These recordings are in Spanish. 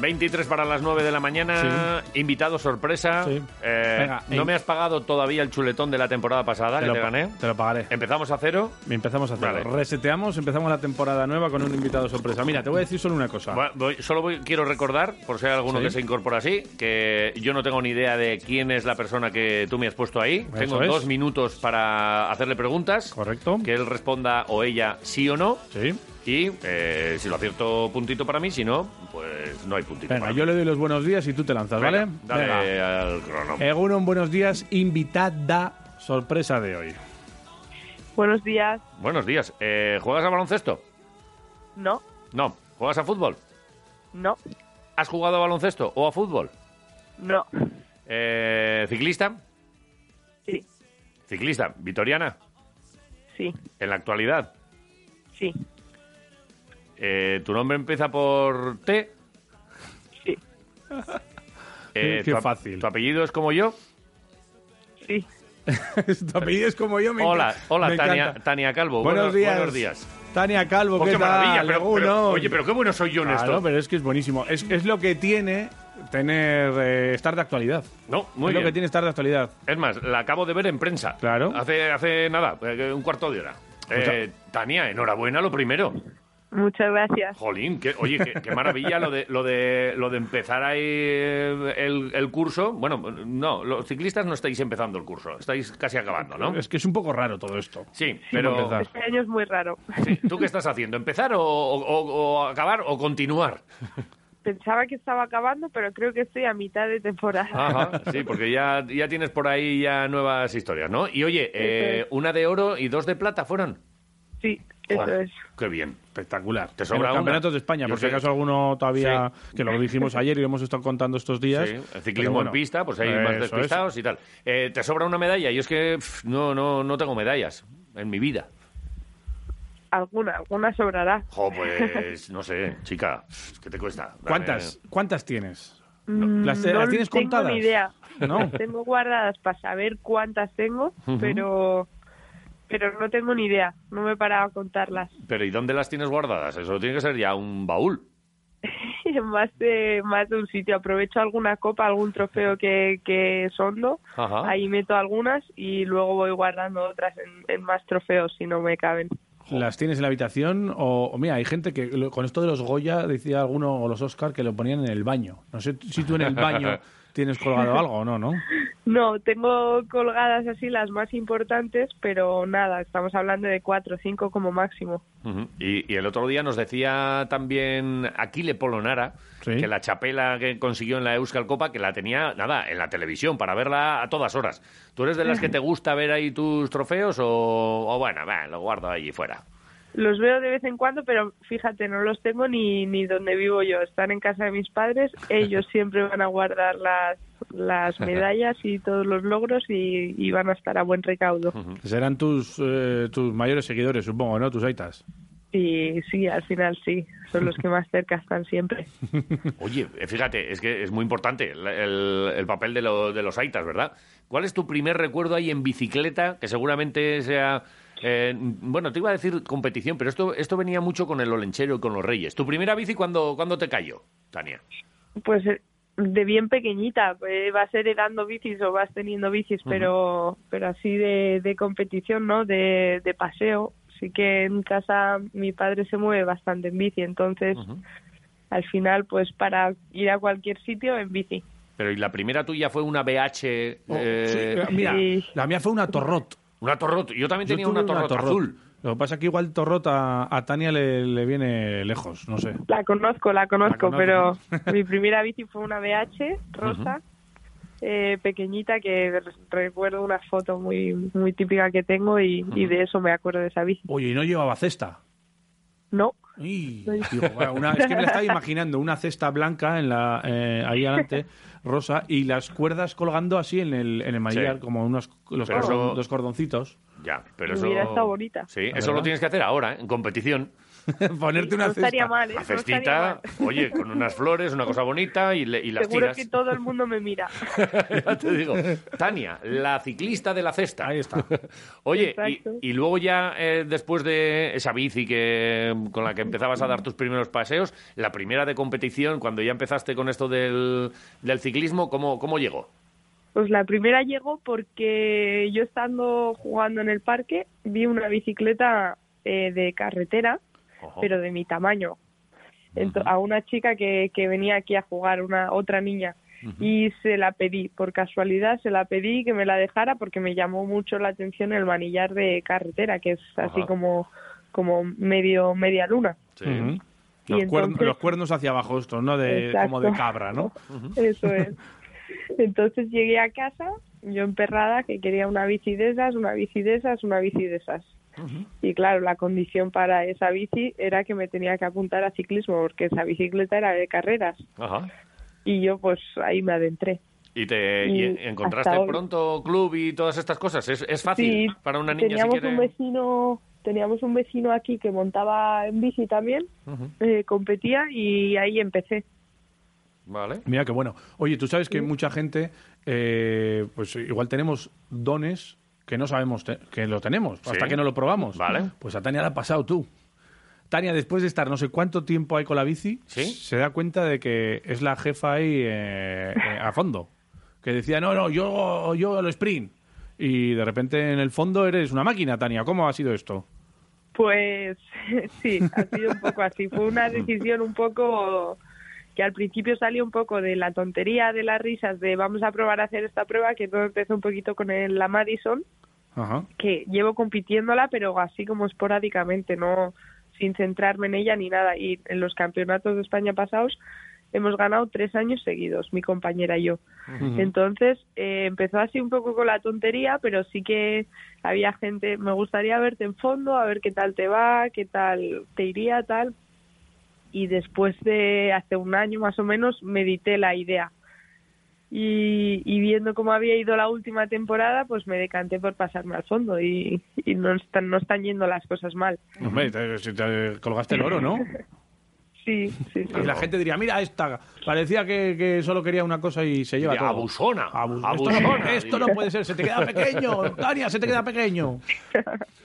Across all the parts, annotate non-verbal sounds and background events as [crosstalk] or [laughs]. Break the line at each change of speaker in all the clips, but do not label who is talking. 23 para las 9 de la mañana, invitado sorpresa.
Sí.
Eh,
Venga,
no
en-
me has pagado todavía el chuletón de la temporada pasada
Te
que
lo
te
pa-
gané.
Te lo pagaré.
Empezamos a cero.
Empezamos a hacerlo.
Vale.
Reseteamos, empezamos la temporada nueva con un invitado sorpresa. Mira, te voy a decir solo una cosa.
Bueno, voy- solo voy- quiero recordar, por si hay alguno
Ah. Sí.
que se incorpora así, que yo no tengo ni idea de quién es la persona que tú me has puesto ahí.
Eso
tengo
es.
dos minutos para hacerle preguntas.
Correcto.
Que él responda o ella sí o no.
Sí.
Y eh, si lo acierto, puntito para mí. Si no, pues no hay puntito
Venga,
para
yo
mí.
le doy los buenos días y tú te lanzas, ¿vale?
Venga, dale al crono.
Venga. Eh. Egunon, buenos días. Invitada sorpresa de hoy. [laughs]
Buenos días.
Buenos días. Eh, ¿Juegas a baloncesto?
No,
No. ¿Juegas a fútbol?
no,
¿Has jugado a baloncesto o a fútbol?
no.
Eh, ¿Ciclista?
Sí,
Ciclista. ¿Vitoriana?
sí,
En la actualidad.
sí,
Eh, ¿Tu nombre empieza por T?
sí,
Eh,
Qué
tu ap-
fácil.
¿Tu apellido es como yo?
sí.
tu apellido es como yo. Me
Hola,
encanta-
hola
me
Tania,
encanta.
Tania Calvo.
Buenos días.
Buenos días.
Tania Calvo,
Oh,
¿qué,
qué
tal?
maravilla, pero, pero-
Egunon.
oye, pero qué bueno soy yo en
Claro,
esto.
pero es que es buenísimo. Es, es lo que tiene tener eh, estar de actualidad.
No, muy bien.
es lo que tiene estar de actualidad.
Es más, la acabo de ver en prensa.
Claro. Pues
Hace, hace nada, eh, un cuarto de hora. Eh, Tania, enhorabuena, lo primero.
Muchas gracias.
Jolín, que, oye, qué, qué maravilla lo de, lo de lo de empezar ahí eh, el, el curso. Bueno, no, los ciclistas no estáis empezando el curso, estáis casi acabando, ¿no?
Es que es un poco raro todo esto.
Sí,
¿Cómo
pero
empezar?
Este año es muy raro.
sí, ¿tú qué estás haciendo? ¿Empezar o, o- o- o acabar o continuar?
Pensaba que estaba acabando, pero creo que estoy a mitad de temporada.
Ajá, sí, porque ya, ya tienes por ahí ya nuevas historias, ¿no? Y oye, eh, una de oro y dos de plata fueron.
Sí, eso
Joder,
es.
Qué bien.
Espectacular.
Te sobra
en los
una.
campeonatos de España,
Yo
por si
sé.
acaso alguno todavía, que lo dijimos ayer y lo hemos estado contando estos días.
Sí, el
Pero
ciclismo
bueno,
en pista, pues hay
eso
más
es.
despistados y tal. Eh, te sobra una medalla y es que pf, no, no, no tengo medallas en mi vida.
Alguna, alguna sobrará.
Jo, pues no sé, chica, pf, ¿qué te cuesta? Dame-
¿Cuántas?
[laughs]
¿Cuántas tienes?
Mm,
¿Las, eh,
no
las tienes
tengo
contadas?
ni idea.
No.
Las tengo guardadas para saber cuántas tengo, pero pero no tengo ni idea. No me he parado a contarlas.
Pero ¿y dónde las tienes guardadas? Eso tiene que ser ya un baúl.
[laughs] más de más de un sitio. Aprovecho alguna copa, algún trofeo que, que sondo,
Ajá.
ahí meto algunas y luego voy guardando otras en, en más trofeos si no me caben.
¿Las tienes en la habitación? O, o mira, hay gente que lo- con esto de los Goya decía alguno o los Oscar que lo ponían en el baño. No sé si tú en
[laughs]
el baño tienes colgado algo o no, ¿no?
No, tengo colgadas así las más importantes, pero nada, estamos hablando de cuatro o cinco como máximo.
Ujú. Y, y el otro día nos decía también Aquile Polonara
Sí.
que la chapela que consiguió en la Euskal Copa, que la tenía, nada, en la televisión, para verla a todas horas. ¿Tú eres de las que te gusta ver ahí tus trofeos o, o bueno, va, lo guardo ahí fuera?
Los veo de vez en cuando, pero fíjate, no los tengo ni, ni donde vivo yo. Están en casa de mis padres, ellos siempre van a guardar las, las medallas y todos los logros y, y van a estar a buen recaudo.
Serán tus, eh, tus mayores seguidores, supongo, ¿no? Tus aitas.
Sí, sí, al final sí. Son los que más cerca están siempre.
Oye, eh, fíjate, es que es muy importante el, el- el papel de, lo- de los aitas, ¿verdad? ¿Cuál es tu primer recuerdo ahí en bicicleta? Que seguramente sea... eh, bueno, te iba a decir competición, pero esto, esto venía mucho con el Olenchero y con los Reyes. ¿Tu primera bici cuándo, cuándo te cayó, Tania?
Pues eh, de bien pequeñita, pues, vas heredando bicis o vas teniendo bicis, pero, pero así de, de competición, ¿no? De, de paseo. Sí que en casa mi padre se mueve bastante en bici, entonces al final, pues para ir a cualquier sitio en bici.
Pero ¿y la primera tuya fue una BH?
Oh, sí,
eh,
eh, mira,
sí.
la mía fue una torrot.
Una Torrot. Yo también
Yo
tenía
tuve
una Torrot azul.
Lo que pasa es que igual torrot a, a Tania le, le viene lejos, no sé.
La conozco, la conozco,
La
pero
conoces,
mi primera bici fue una BH rosa, eh, pequeñita, que re- recuerdo una foto muy muy típica que tengo y, y de eso me acuerdo de esa bici.
Oye, y no llevaba cesta.
No,
Ih, digo, bueno, una- es que me la estaba imaginando, una cesta blanca en la, eh, ahí
[laughs]
adelante, rosa, y las cuerdas colgando así en el, en el manillar, como unos los
Pero
cordon-
eso-
dos cordoncitos.
Ya, pero eso.
Hubiera estado bonita.
Sí, eso lo tienes que hacer ahora, ¿eh? en competición.
[laughs] Ponerte una
no estaría
cesta.
mal,
A
¿eh? No estaría
cestita,
mal.
oye, con unas flores, una cosa bonita y, le- y las
Seguro
tiras.
que todo el mundo me mira.
[laughs] ya te digo. Tania, la ciclista de la cesta.
Ahí está.
[laughs] Oye, y,
Exacto.
y luego ya eh, después de esa bici que con la que empezabas a dar tus primeros paseos, la primera de competición, cuando ya empezaste con esto del, del ciclismo, ¿cómo, ¿cómo llegó?
Pues la primera llegó porque yo estando jugando en el parque vi una bicicleta eh, de carretera,
Oh.
Ojo.
pero de mi tamaño. Ento- a una chica que, que venía aquí a jugar, una otra niña. Y se la pedí, por casualidad se la pedí que me la dejara porque me llamó mucho la atención el manillar de carretera, que es así
Ajá.
como, como medio media luna.
Sí.
Ujú.
Y
Los, cuernos,
entonces-
los cuernos hacia abajo estos, ¿no? De,
Exacto.
como de cabra, ¿no?
Eso es. Entonces llegué a casa, yo emperrada, que quería una bici de esas, una bici de esas, una bici de esas. Y claro, la condición para esa bici era que me tenía que apuntar a ciclismo, porque esa bicicleta era de carreras.
Ajá.
Y yo pues ahí me adentré.
¿Y te
Y
y
Mm, hasta
encontraste
hoy.
pronto club y todas estas cosas? ¿Es, es fácil
Sí,
para una niña
teníamos
si quiere?
un vecino, teníamos un vecino aquí que montaba en bici también, eh, competía y ahí empecé.
Vale.
Mira qué bueno. Oye, tú sabes que mucha gente, eh, pues igual tenemos dones que no sabemos te- que lo tenemos,
Sí.
hasta que no lo probamos.
Vale.
Pues a Tania la ha pasado tú. Tania, después de estar no sé cuánto tiempo ahí con la bici,
Sí.
se da cuenta de que es la jefa ahí eh, eh, a fondo. Que decía, no, no, yo, yo al sprint. Y de repente en el fondo eres una máquina, Tania. ¿Cómo ha sido esto?
Pues [laughs] sí, ha sido un poco así. Fue una decisión un poco que al principio salió un poco de la tontería, de las risas, de vamos a probar a hacer esta prueba, que todo empezó un poquito con el- la Madison,
Ajá.
que llevo compitiéndola, pero así como esporádicamente, no sin centrarme en ella ni nada. Y en los campeonatos de España pasados hemos ganado tres años seguidos, mi compañera y yo. Entonces eh, empezó así un poco con la tontería, pero sí que había gente, me gustaría verte en fondo, a ver qué tal te va, qué tal te iría, tal. Y después de hace un año más o menos medité la idea. Y, y viendo cómo había ido la última temporada, pues me decanté por pasarme al fondo y, y no, están, no están yendo las cosas mal.
Hombre, te, si te colgaste el oro, ¿no?
Sí, sí, sí.
Y la gente diría, mira esta, parecía que, que solo quería una cosa y se lleva
Diría,
todo.
abusona,
Abu- Esto, no,
abusona,
esto no
diría.
puede ser, se te queda
[laughs]
pequeño, Tania, se te queda pequeño.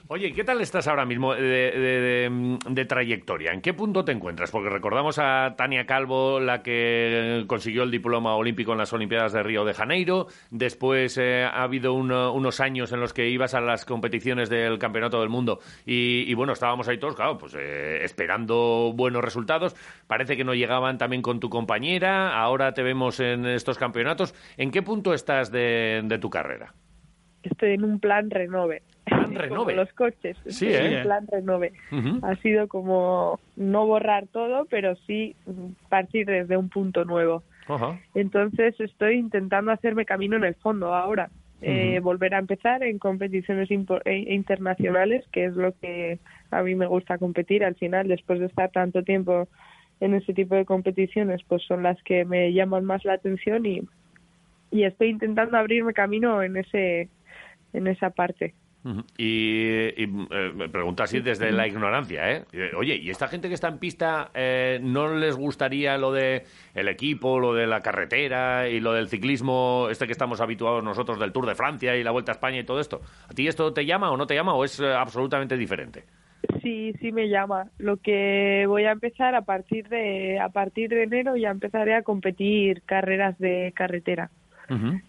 Oye, ¿qué tal estás ahora mismo de, de- de- de trayectoria? ¿En qué punto te encuentras? Porque recordamos a Tania Calvo, la que consiguió el diploma olímpico en las Olimpiadas de Río de Janeiro. Después eh, ha habido uno- unos años en los que ibas a las competiciones del Campeonato del Mundo. Y, y bueno, estábamos ahí todos, claro, pues eh, esperando buenos resultados. Parece que no llegaban también con tu compañera. Ahora te vemos en estos campeonatos. ¿En qué punto estás de, de tu carrera?
Estoy en un plan renove.
Plan
[laughs] Como
renove.
los coches.
Sí,
Estoy en
¿eh?
un plan renove.
Ujú.
Ha sido como no borrar todo, pero sí mm, partir desde un punto nuevo.
Ajá.
Entonces estoy intentando hacerme camino en el fondo ahora. Eh, volver a empezar en competiciones impo- e- internacionales, que es lo que a mí me gusta competir al final, después de estar tanto tiempo en ese tipo de competiciones, pues son las que me llaman más la atención y, y estoy intentando abrirme camino en ese en esa parte.
Ujú. Y, y, eh, me pregunto así desde la ignorancia, ¿eh? Eh, Oye, ¿y esta gente que está en pista eh, no les gustaría lo de el equipo, lo de la carretera y lo del ciclismo, este que estamos habituados nosotros del Tour de Francia y la Vuelta a España y todo esto? ¿A ti esto te llama o no te llama o es eh, absolutamente diferente?
Sí, sí me llama. Lo que voy a empezar a partir de a partir de enero ya empezaré a competir carreras de carretera.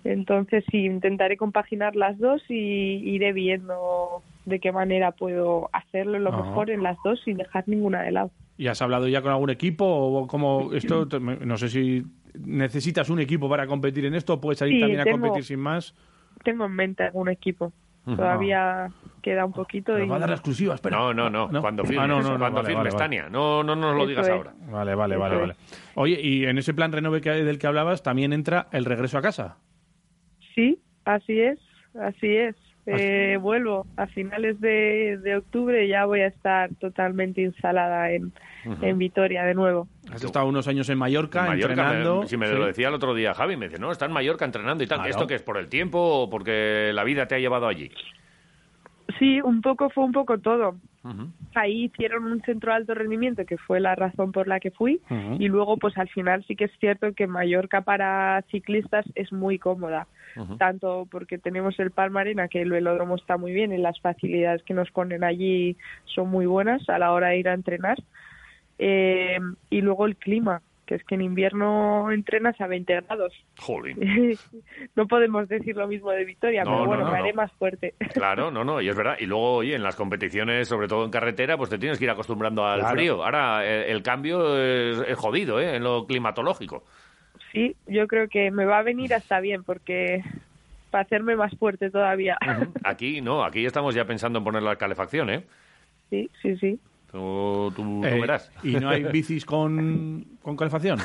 Entonces sí, intentaré compaginar las dos y iré viendo de qué manera puedo hacerlo lo
Ajá.
mejor en las dos sin dejar ninguna de lado.
¿Y has hablado ya con algún equipo o cómo esto? te- me- No sé si necesitas un equipo para competir en esto o puedes salir
Sí,
también a
tengo-
competir sin más.
Tengo en mente algún equipo. Todavía queda un poquito
Nos
y
va a dar la exclusiva, espera.
No, no, no,
¿No?
Cuando firmes,
Ah, no, no, no,
cuando
vale,
firmes,
vale, vale.
Tania. No, no nos lo
Eso
digas
es.
ahora.
Vale, vale, vale,
Eso
vale. Oye, y en ese plan renove que- del que hablabas también entra el regreso a casa.
sí, así es, así es.
Así-
Eh, vuelvo a finales de, de octubre ya voy a estar totalmente instalada en, en Vitoria de nuevo.
Has estado unos años en Mallorca,
Mallorca, me-
entrenando.
si me
Sí.
lo decía el otro día Javi, me dice, no, está en Mallorca entrenando y tal.
Claro.
¿Esto que es por el tiempo o porque la vida te ha llevado allí?
Sí, un poco fue un poco todo.
Ujú.
Ahí hicieron un centro de alto rendimiento, que fue la razón por la que fui,
Ujú.
y luego pues al final sí que es cierto que Mallorca para ciclistas es muy cómoda,
Ujú.
tanto porque tenemos el Palma Arena, que el velódromo está muy bien y las facilidades que nos ponen allí son muy buenas a la hora de ir a entrenar, Eh, y luego el clima, que es que en invierno entrenas a 20 grados. [laughs]
Jolín.
no podemos decir lo mismo de Victoria,
No,
pero
no,
bueno,
no,
me
no.
haré más fuerte.
Claro, no, no, y es verdad. Y luego, oye, en las competiciones, sobre todo en carretera, pues te tienes que ir acostumbrando al
Claro.
frío. Ahora, eh, el, cambio es, es jodido, ¿eh? En lo climatológico.
Sí, yo creo que me va a venir hasta bien porque para hacerme más fuerte todavía.
Aquí, no, aquí estamos ya pensando en poner la calefacción, ¿eh?
[laughs] Sí, sí, sí.
Tú, tú- tú
Eh,
verás.
¿Y no
[laughs]
hay bicis con, con calefacción?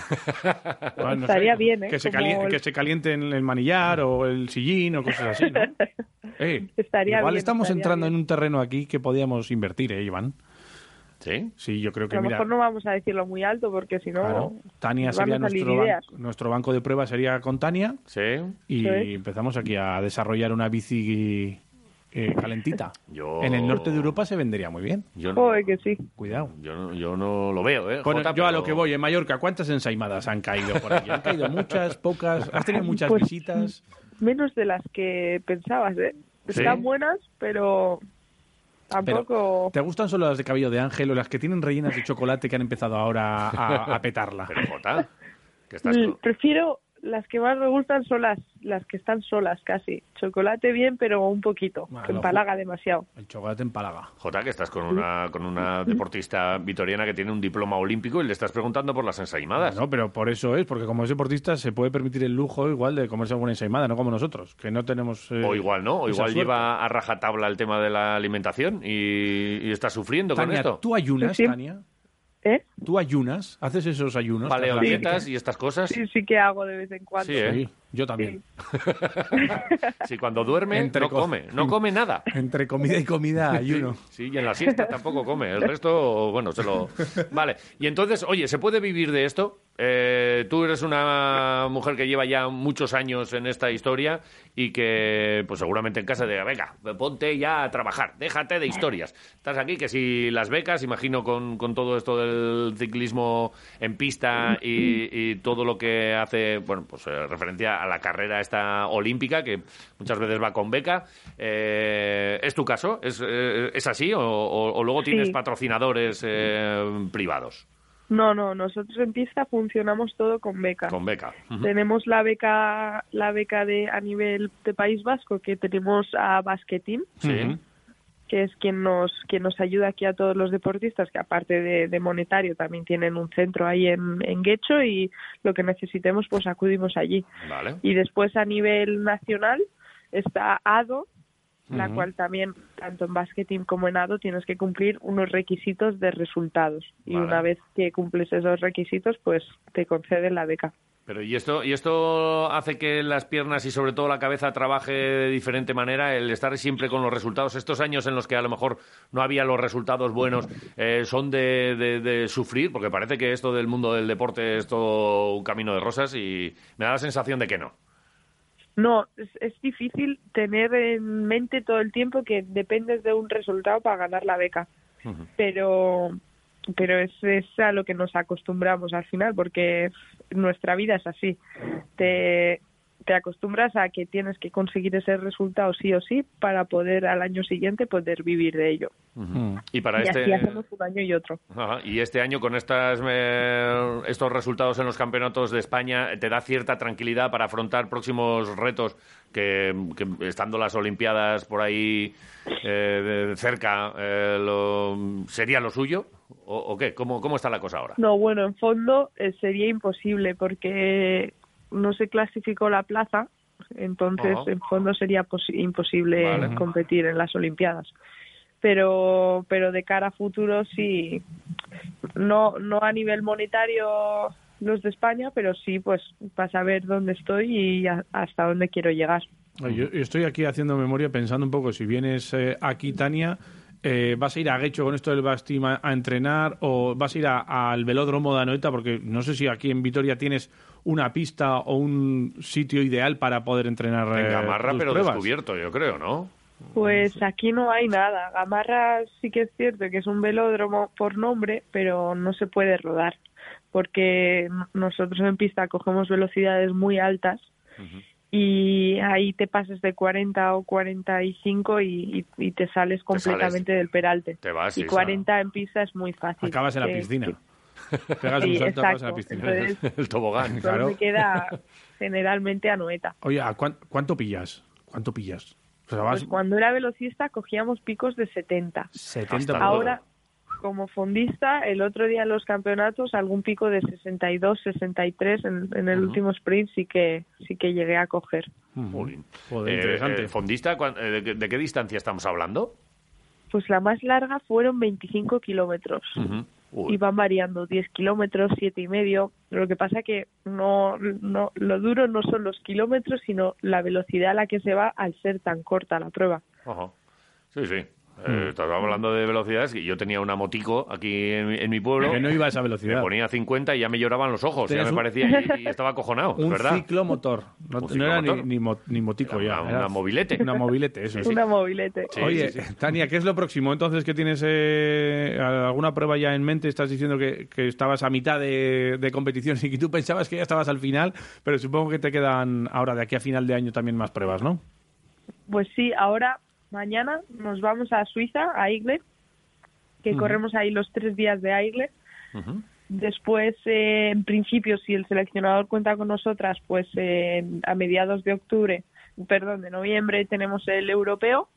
Bueno, no
Estaría bien, ¿eh?
Que se,
Como
calien-
el-
que se caliente en el manillar o el sillín o cosas así, ¿no?
[laughs]
Eh,
Estaría
igual
bien,
estamos
estaría
entrando
bien.
en un terreno aquí que podíamos invertir, ¿eh, Iván?
¿Sí?
Sí, yo creo
A
que,
lo
mira...
mejor no vamos a decirlo muy alto porque si no
claro, Tania
nos van
sería
a salir
nuestro, ban-
ideas.
nuestro banco de prueba sería con Tania
¿Sí?
y
Eso es.
empezamos aquí a desarrollar una bici eh,
[laughs]
calentita.
Yo-
En el norte de Europa se vendería muy bien.
Yo no,
Joder, que sí.
Cuidado.
yo no, yo no lo veo, ¿eh?
Bueno,
Jota,
yo a
pero-
lo que voy, en Mallorca, ¿cuántas ensaimadas han caído por aquí? Han caído muchas, pocas, has tenido muchas
Pues-
visitas.
Menos de las que pensabas, ¿eh?
Sí.
Están buenas, pero
Pero,
tampoco...
¿Te gustan solo las de cabello de ángel o las que tienen rellenas de chocolate que han empezado ahora a, a petarla?
Pero, Jota, que estás...
L- Mm, Prefiero las que más me gustan son las, las que están solas casi. Chocolate bien, pero un poquito,
Bueno,
que
lo-
empalaga demasiado.
El chocolate en Pálaga.
Jota, que estás con una, con una deportista vitoriana que tiene un diploma olímpico y le estás preguntando por las ensaimadas.
No, pero por eso es, porque como es deportista se puede permitir el lujo igual de comerse alguna ensaimada, no como nosotros, que no tenemos... eh,
O igual no, o
esa
igual
suerte.
lleva a rajatabla el tema de la alimentación y, y está sufriendo con
Tania,
esto.
¿tú ayunas,
Sí.
Tania?
¿eh?
¿Tú ayunas? ¿Haces esos ayunos?
Paleodietas y estas cosas.
Sí, sí que hago de vez en cuando.
Sí, ¿eh?
Sí, yo también.
Si cuando duerme
Entre
no
co-
come, no come nada.
Entre comida y comida ayuno.
Sí, y en la siesta tampoco come. El resto, bueno, se lo... Vale. Y entonces, oye, ¿se puede vivir de esto? Eh, tú eres una mujer que lleva ya muchos años en esta historia y que, pues seguramente en casa de, venga, ponte ya a trabajar, déjate de historias. Estás aquí que si las becas, imagino con, con todo esto del ciclismo en pista y, y todo lo que hace, bueno, pues eh, referencia a la carrera esta olímpica, que muchas veces va con beca. Eh, ¿Es tu caso? ¿Es, eh, es así? ¿O, o- o luego tienes
Sí.
patrocinadores eh, privados
No, no, nosotros en pista funcionamos todo con beca.
con beca? Ujú.
Tenemos la beca la beca de a nivel de País Vasco que tenemos a Basquetín,
Sí.
Ujú.
que es quien nos quien nos ayuda aquí a todos los deportistas que aparte de, de monetario también tienen un centro ahí en en Guecho y lo que necesitemos pues acudimos allí.
Vale.
Y después a nivel nacional está ADO, la
Ujú.
cual también, tanto en basquetín como en ADO, tienes que cumplir unos requisitos de resultados. Y
Vale.
una vez que cumples esos requisitos, pues te conceden la beca.
Pero ¿y esto, ¿y esto hace que las piernas y sobre todo la cabeza trabaje de diferente manera? El estar siempre con los resultados. Estos años en los que a lo mejor no había los resultados buenos eh, son de, de- de sufrir, porque parece que esto del mundo del deporte es todo un camino de rosas y me da la sensación de que no.
No, es, es difícil tener en mente todo el tiempo que dependes de un resultado para ganar la beca.
Ujú.
Pero pero es, es a lo que nos acostumbramos al final, porque nuestra vida es así. Te, te acostumbras a que tienes que conseguir ese resultado sí o sí para poder al año siguiente poder vivir de ello.
Mm.
Y para
y
este...
así hacemos un año y otro.
Ajá, Y este año con estas, eh, estos resultados en los campeonatos de España te da cierta tranquilidad para afrontar próximos retos que, que estando las Olimpiadas por ahí eh, de cerca eh, lo- sería lo suyo o, o qué? ¿Cómo, cómo está la cosa ahora?
No, bueno, en fondo eh, sería imposible porque no se clasificó la plaza, entonces
Ajá.
en fondo sería posi- imposible
Vale.
competir en las Olimpiadas. Pero, pero de cara a futuro sí, no, no a nivel monetario los de España, pero sí pues para saber dónde estoy y a- hasta dónde quiero llegar.
Ah, Yo, yo estoy aquí haciendo memoria, pensando un poco, si vienes eh, aquí, Tania, eh, ¿vas a ir a Guecho con esto del Bastim a, a entrenar o vas a ir a- al velódromo de Anoeta? Porque no sé si aquí en Vitoria tienes una pista o un sitio ideal para poder entrenar.
En
eh,
Gamarra,
tus
pero
pruebas.
descubierto, yo creo, ¿no? [laughs]
Pues aquí no hay nada. Gamarra sí que es cierto que es un velódromo por nombre, pero no se puede rodar porque nosotros en pista cogemos velocidades muy altas uh -huh. y ahí te pasas de 40 o 45 y, y, y te sales completamente te sales, del peralte.
Te vas,
y 40 ¿no? en pista es muy fácil.
Acabas en la piscina.
[laughs]
Eh, Pegas
sí,
un salto, acabas
exacto.
en la piscina. [laughs]
Entonces,
el tobogán,
entonces
claro.
me queda generalmente a noeta.
Oye, ¿a cuán- ¿cuánto pillas? ¿Cuánto pillas? O sea, vas
Pues cuando era velocista cogíamos picos de 70.
70
Hasta
por
luego.
hora.
Ahora, como fondista, el otro día en los campeonatos, algún pico de 62, 63 en, en el último sprint sí que, sí que llegué a coger.
Jolín.
Mm. Joder,
Eh,
interesante.
eh, ¿Fondista? cuan- eh, ¿de, qué- de qué distancia estamos hablando?
Pues la más larga fueron 25 kilómetros.
Uy,
Y van variando 10 kilómetros, siete y medio. Lo que pasa que no, no, lo duro no son los kilómetros, sino la velocidad a la que se va al ser tan corta la prueba.
ajá. Sí, sí.
Mm.
Eh, estamos hablando de velocidades. que Yo tenía una motico aquí en, mi- en mi pueblo.
Que no iba a esa
Me
velocidad.
ponía 50 y ya me lloraban los ojos. Ya
Tenías
me
un-
parecía
[laughs]
y, y estaba acojonado,
Un
¿verdad?
ciclomotor. No,
Un
no era ni,
ciclomotor.
ni, mo- ni motico
Era
ya.
una-
era
una mobilete.
Una mobilete, eso.
Una movilete.
Sí,
Oye,
sí, sí.
Tania, ¿qué es lo próximo? Entonces, ¿qué tienes eh, alguna prueba ya en mente? Estás diciendo que, que estabas a mitad de, de competición y que tú pensabas que ya estabas al final, pero supongo que te quedan ahora de aquí a final de año también más pruebas, ¿no?
Pues sí, ahora mañana nos vamos a Suiza, a Aigle, que corremos ahí los tres días de Aigle.
Ujú.
Después, eh, en principio, si el seleccionador cuenta con nosotras, pues eh, a mediados de octubre, perdón, de noviembre tenemos el europeo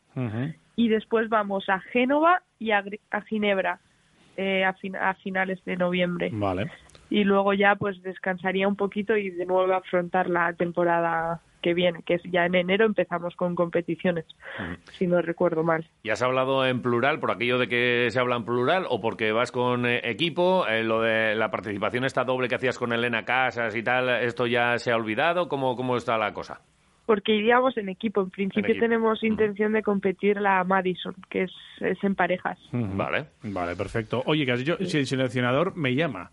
y después vamos a Génova y a, Gri- a Ginebra eh, a, fin- a finales de noviembre.
Vale.
Y luego ya pues descansaría un poquito y de nuevo afrontar la temporada que viene, que es ya en enero empezamos con competiciones, si no recuerdo mal.
¿Y has hablado en plural por aquello de que se habla en plural o porque vas con eh, equipo? Eh, lo de la participación esta doble que hacías con Elena Casas y tal, ¿esto ya se ha olvidado? ¿Cómo, cómo está la cosa?
Porque iríamos en equipo, en principio
equipo.
tenemos intención de competir la Madison, que es, es en parejas.
Vale.
Vale, perfecto. Oye, ¿qué has dicho? Si el seleccionador me llama,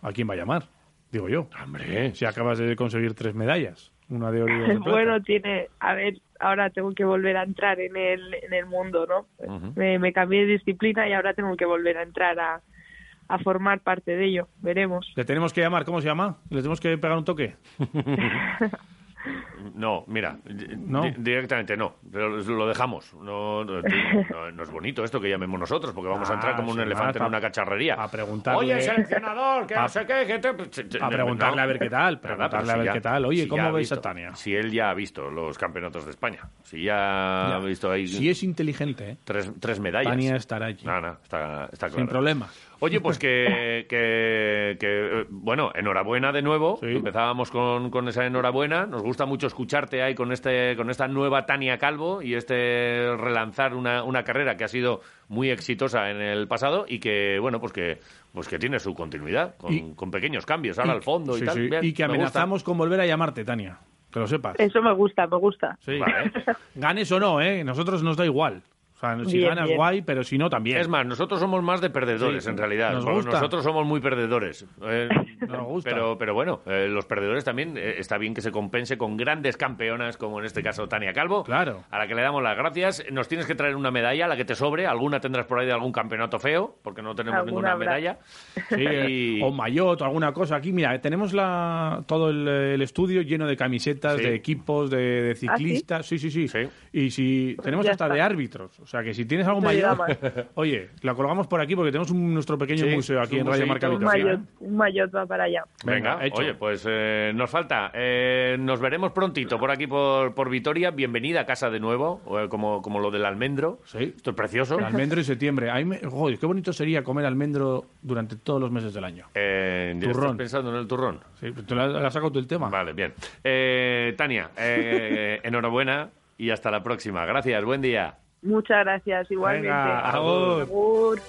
¿a quién va a llamar? Digo yo.
Hombre.
Si acabas de conseguir tres medallas, una de oro y dos
[laughs]
de plata.
Bueno, tiene, a ver, ahora tengo que volver a entrar en el, en el mundo, ¿no? me, me cambié de disciplina y ahora tengo que volver a entrar a, a formar parte de ello, veremos.
Le tenemos que llamar, ¿cómo se llama? ¿Le tenemos que pegar un toque?
No, mira, di-
No.
di- directamente no, pero lo dejamos. No, no, no- no es bonito esto que llamemos nosotros, porque vamos a
Ah,
entrar como un
sin
elefante
más,
en una
a-
cacharrería.
a preguntarle- [laughs]
Oye, seleccionador, que
a-
no sé qué, que te...
a preguntarle a ver qué tal,
Nada,
preguntarle
pero
a ver
ya-
qué tal. Oye, ¿cómo
ya ha
ves a
visto-
Tania?
Si él ya ha visto los campeonatos de España, si ya, ha visto ahí
Si es inteligente, ¿eh?
tres, tres medallas.
Tania estará allí.
No, no, está, está Ah, claro.
Sin problemas.
Oye, pues que, que- que, eh, bueno, enhorabuena de nuevo.
Sí.
Empezábamos con, con esa enhorabuena. Nos gusta mucho escucharte ahí con este, con esta nueva Tania Calvo y este relanzar una, una carrera que ha sido muy exitosa en el pasado y que, bueno, pues que, pues que tiene su continuidad con,
Y-
con pequeños cambios ahora al fondo y
Sí,
tal.
sí.
Bien,
Y que
me gusta.
amenazamos con volver a llamarte, Tania. Que lo sepas.
Eso me gusta, me gusta.
Sí.
Vale.
Ganes o no, ¿eh? Nosotros nos da igual. O sea, si
Bien,
ganas
bien.
guay, pero si no, también.
Es más, nosotros somos más de perdedores
Sí,
en realidad.
nos
porque
gusta.
Nosotros somos muy perdedores. Eh,
Nos gusta.
Pero, pero bueno, eh, los perdedores también eh, está bien que se compense con grandes campeonas, como en este caso Tania Calvo.
Claro.
A la que le damos las gracias. Nos tienes que traer una medalla, la que te sobre. Alguna tendrás por ahí de algún campeonato feo, porque no tenemos
Alguna
ninguna
habrá.
medalla.
Sí,
Y-
eh, O Mayotte o alguna cosa. Aquí, mira, tenemos la, todo el, el estudio lleno de camisetas,
Sí.
de equipos, de, de
¿Ah, sí? Pues
ciclistas. sí? sí, sí,
Sí.
Y si tenemos
ya
hasta
está.
de árbitros. O sea, que si tienes algo
No llega
Mayotte, [laughs] oye, la colgamos por aquí porque tenemos un- nuestro pequeño
Sí,
museo aquí
un
en Radio
museíto,
Marca
un
Un
Vitoria.
maillot, un maillot va para allá.
Venga,
Venga, hecho.
oye, pues eh, nos falta. Eh, nos veremos prontito por aquí, por, por Vitoria. Bienvenida a casa de nuevo, eh, como, como lo del almendro.
Sí.
Esto es precioso.
El almendro en septiembre. Ahí me- joder, qué bonito sería comer almendro durante todos los meses del año.
Eh, ya
Turrón.
estás pensando en el turrón.
Sí, pues tú la, la has sacado tú el tema.
Vale, bien. Eh, Tania, eh, enhorabuena y hasta la próxima. Gracias, buen día.
Muchas gracias, igualmente.
Venga, agur.
Agur.